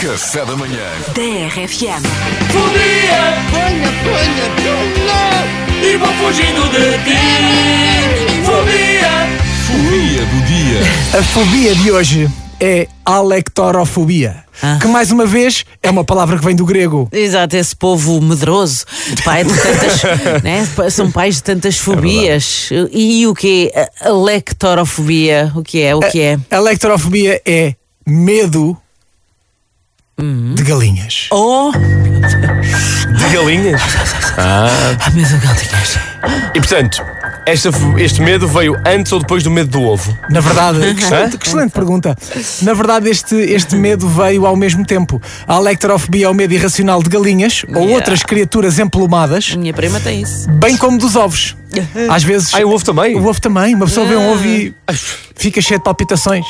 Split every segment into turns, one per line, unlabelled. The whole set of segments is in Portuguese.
Café da manhã.
TRFM.
Podia, ponha, ponha, ponha E vou fugindo de ti Fobia
Fobia do dia.
A fobia de hoje é alectorofobia,
Ah.
que mais uma vez é uma palavra que vem do grego.
Exato, esse povo medroso, pai de tantas, né? são pais de tantas fobias. e, o que é? A lectorofobia, o que é? O que é?
Alectorofobia é medo
Uhum.
de galinhas.
Oh,
De galinhas.
ah, meu Deus, galinhas.
E portanto, esta- este medo veio antes ou depois do medo do ovo?
Na verdade, que excelente, que excelente pergunta. Na verdade, este, este medo veio ao mesmo tempo. A alectorofobia é o medo irracional de galinhas ou
Yeah.
outras criaturas emplumadas,
Minha prima tem isso.
bem como dos ovos. Às vezes.
Ah, e o ovo também?
O ovo também, uma pessoa vê um ovo e
Ah.
fica cheia de palpitações.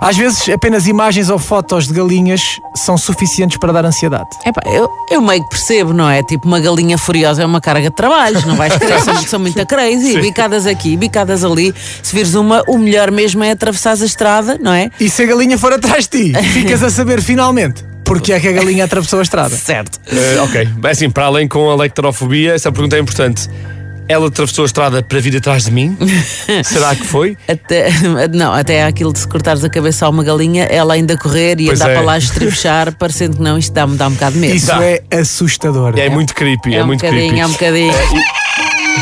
Às vezes, apenas imagens ou fotos de galinhas são suficientes para dar ansiedade.
Epá, eu, eu meio que percebo, não é? Tipo, uma galinha furiosa é uma carga de trabalhos, não vais querer, são, são muito crazy. Bicadas aqui, bicadas ali. Se vires uma, o melhor mesmo é atravessares a estrada, não é?
E se a galinha for atrás de ti, ficas a saber finalmente porque é que a galinha atravessou a estrada.
Certo.
Eh, ok. Bem, assim, para além com a lectorofobia, essa pergunta é importante. Ela atravessou a estrada para vir atrás de mim? Será que foi?
Até, não, até aquilo de se cortares a cabeça a uma galinha, ela ainda correr e
Pois
andar
é.
para lá estribuchar, parecendo que não, isto dá-me dá um bocado de medo.
Isso
Tá.
é assustador.
É, muito creepy, é,
é, um
muito
bocadinho,
creepy.
é um bocadinho.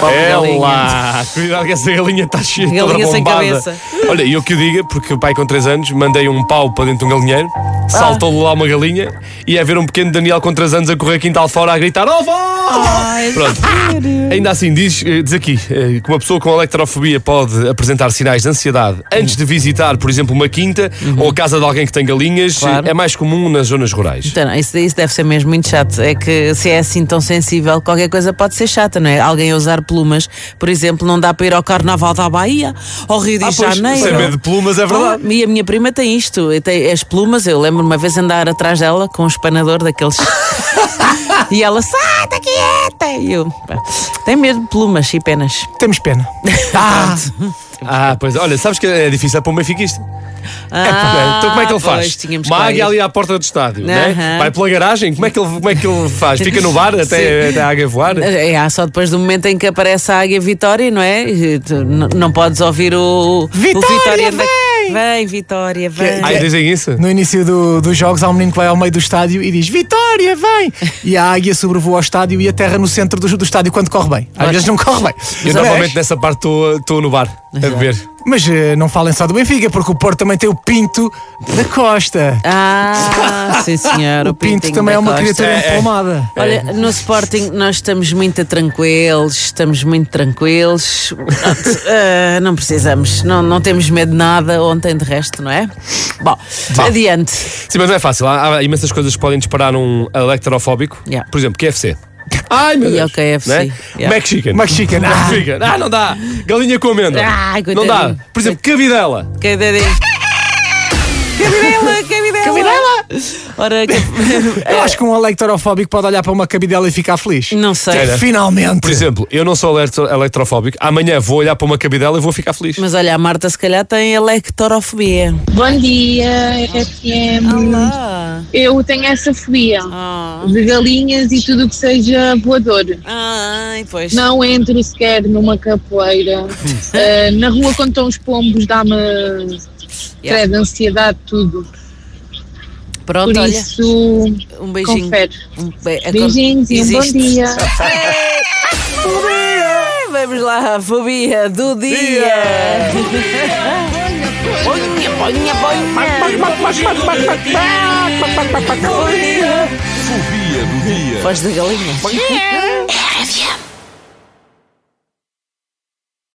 É
galinha.
lá! Cuidado que essa galinha está cheia de
Galinha
toda
sem
bombada.
cabeça.
Olha, e eu que o diga, porque o pai com 3 anos mandei um pau para dentro de um galinheiro, saltou lá uma galinha e ia ver um pequeno Daniel com 3 anos a correr quintal fora a gritar: Oh, vó! Pronto. Ainda assim, diz, eh, diz aqui eh, que uma pessoa com electrofobia pode apresentar sinais de ansiedade antes de visitar, por exemplo, uma quinta ou a casa de alguém que tem galinhas.
Claro.
É mais comum nas zonas rurais.
Então, não, isso, isso deve ser mesmo muito chato. É que se é assim tão sensível, qualquer coisa pode ser chata, não é? Alguém a usar plumas, por exemplo, não dá para ir ao carnaval da Bahia, ao Rio de
Ah, pois,
Janeiro.
sem medo de plumas, é verdade.
Ah, e a minha prima tem isto, e tem as plumas. Eu lembro uma vez andar atrás dela com um espanador daqueles. e ela, sai, está quieta! E eu, pá, tem medo de plumas e penas.
Temos pena.
Ah, pois, olha, sabes que é difícil é para um benfiquista.
Ah,
então como é que ele
pois,
faz?
tínhamos
Uma
que ir.
águia ali à porta do estádio, né?
Aham.
vai pela garagem, como é, que ele, como é que ele faz? Fica no bar até, até a águia voar?
É, há só depois do momento em que aparece a Águia Vitória, não é? E tu n- não podes ouvir o.
Vitória,
o Vitória da-
vem!
Vem, Vitória, vem!
é- Ai, Ah, dizem isso?
No início do- dos jogos, há um menino que vai ao meio do estádio e diz: Vitória, vem! E a águia sobrevoa o estádio e aterra no centro do, do estádio quando corre bem. Às vezes não corre bem.
Eu
Mas-
normalmente nessa parte estou no bar a beber.
Mas eh, não falem só do Benfica, porque o Porto também tem o Pinto da Costa.
Ah, sim senhor.
o Pinto
Pintinho
também
da
é uma
Costa.
criatura
É, é.
emplomada.
Olha, no Sporting nós estamos muito tranquilos, estamos muito tranquilos. Pronto, eh, não precisamos, não, não temos medo de nada ontem de resto, não é? Bom, adiante.
Sim, mas não é fácil. Há, há imensas coisas que podem disparar um electrofóbico.
Yeah.
Por exemplo, KFC. Ai, meu
E
Deus.
ao KFC,
Né?
yeah.
Mac Chicken.
Mac Chicken.
Mac Chicken. Ah, não dá. Galinha com amêndoa.
Ai,
não dá.
Ah, coitadinho.
Por exemplo, cabidela.
Cadê Cabidela, cabidela! Cabidela! Ora, que-
Eu acho que um alectorofóbico pode olhar para uma cabidela e ficar feliz.
não sei.
Era.
Finalmente!
Por exemplo, eu não sou electro- electrofóbico. Amanhã vou olhar para uma cabidela e vou ficar feliz.
Mas olha, a Marta se calhar tem electorofobia.
Bom dia, RFM.
Olá!
Eu tenho essa fobia
Ah.
de galinhas e tudo o que seja voador.
Ai, pois.
Não entro sequer numa capoeira. Ah, na rua, quando estão os pombos, dá-me
Yeah.
credo, ansiedade, tudo.
Pronto,
Por
olha,
isso,
um beijinho.
confere.
Um be- a-
Beijinhos e um bom
Existe.
dia.
Fobia! Vamos lá, a fobia do dia! Ponha, ponha, ponha! Fobia!
Fobia do dia.
Voz de galinha.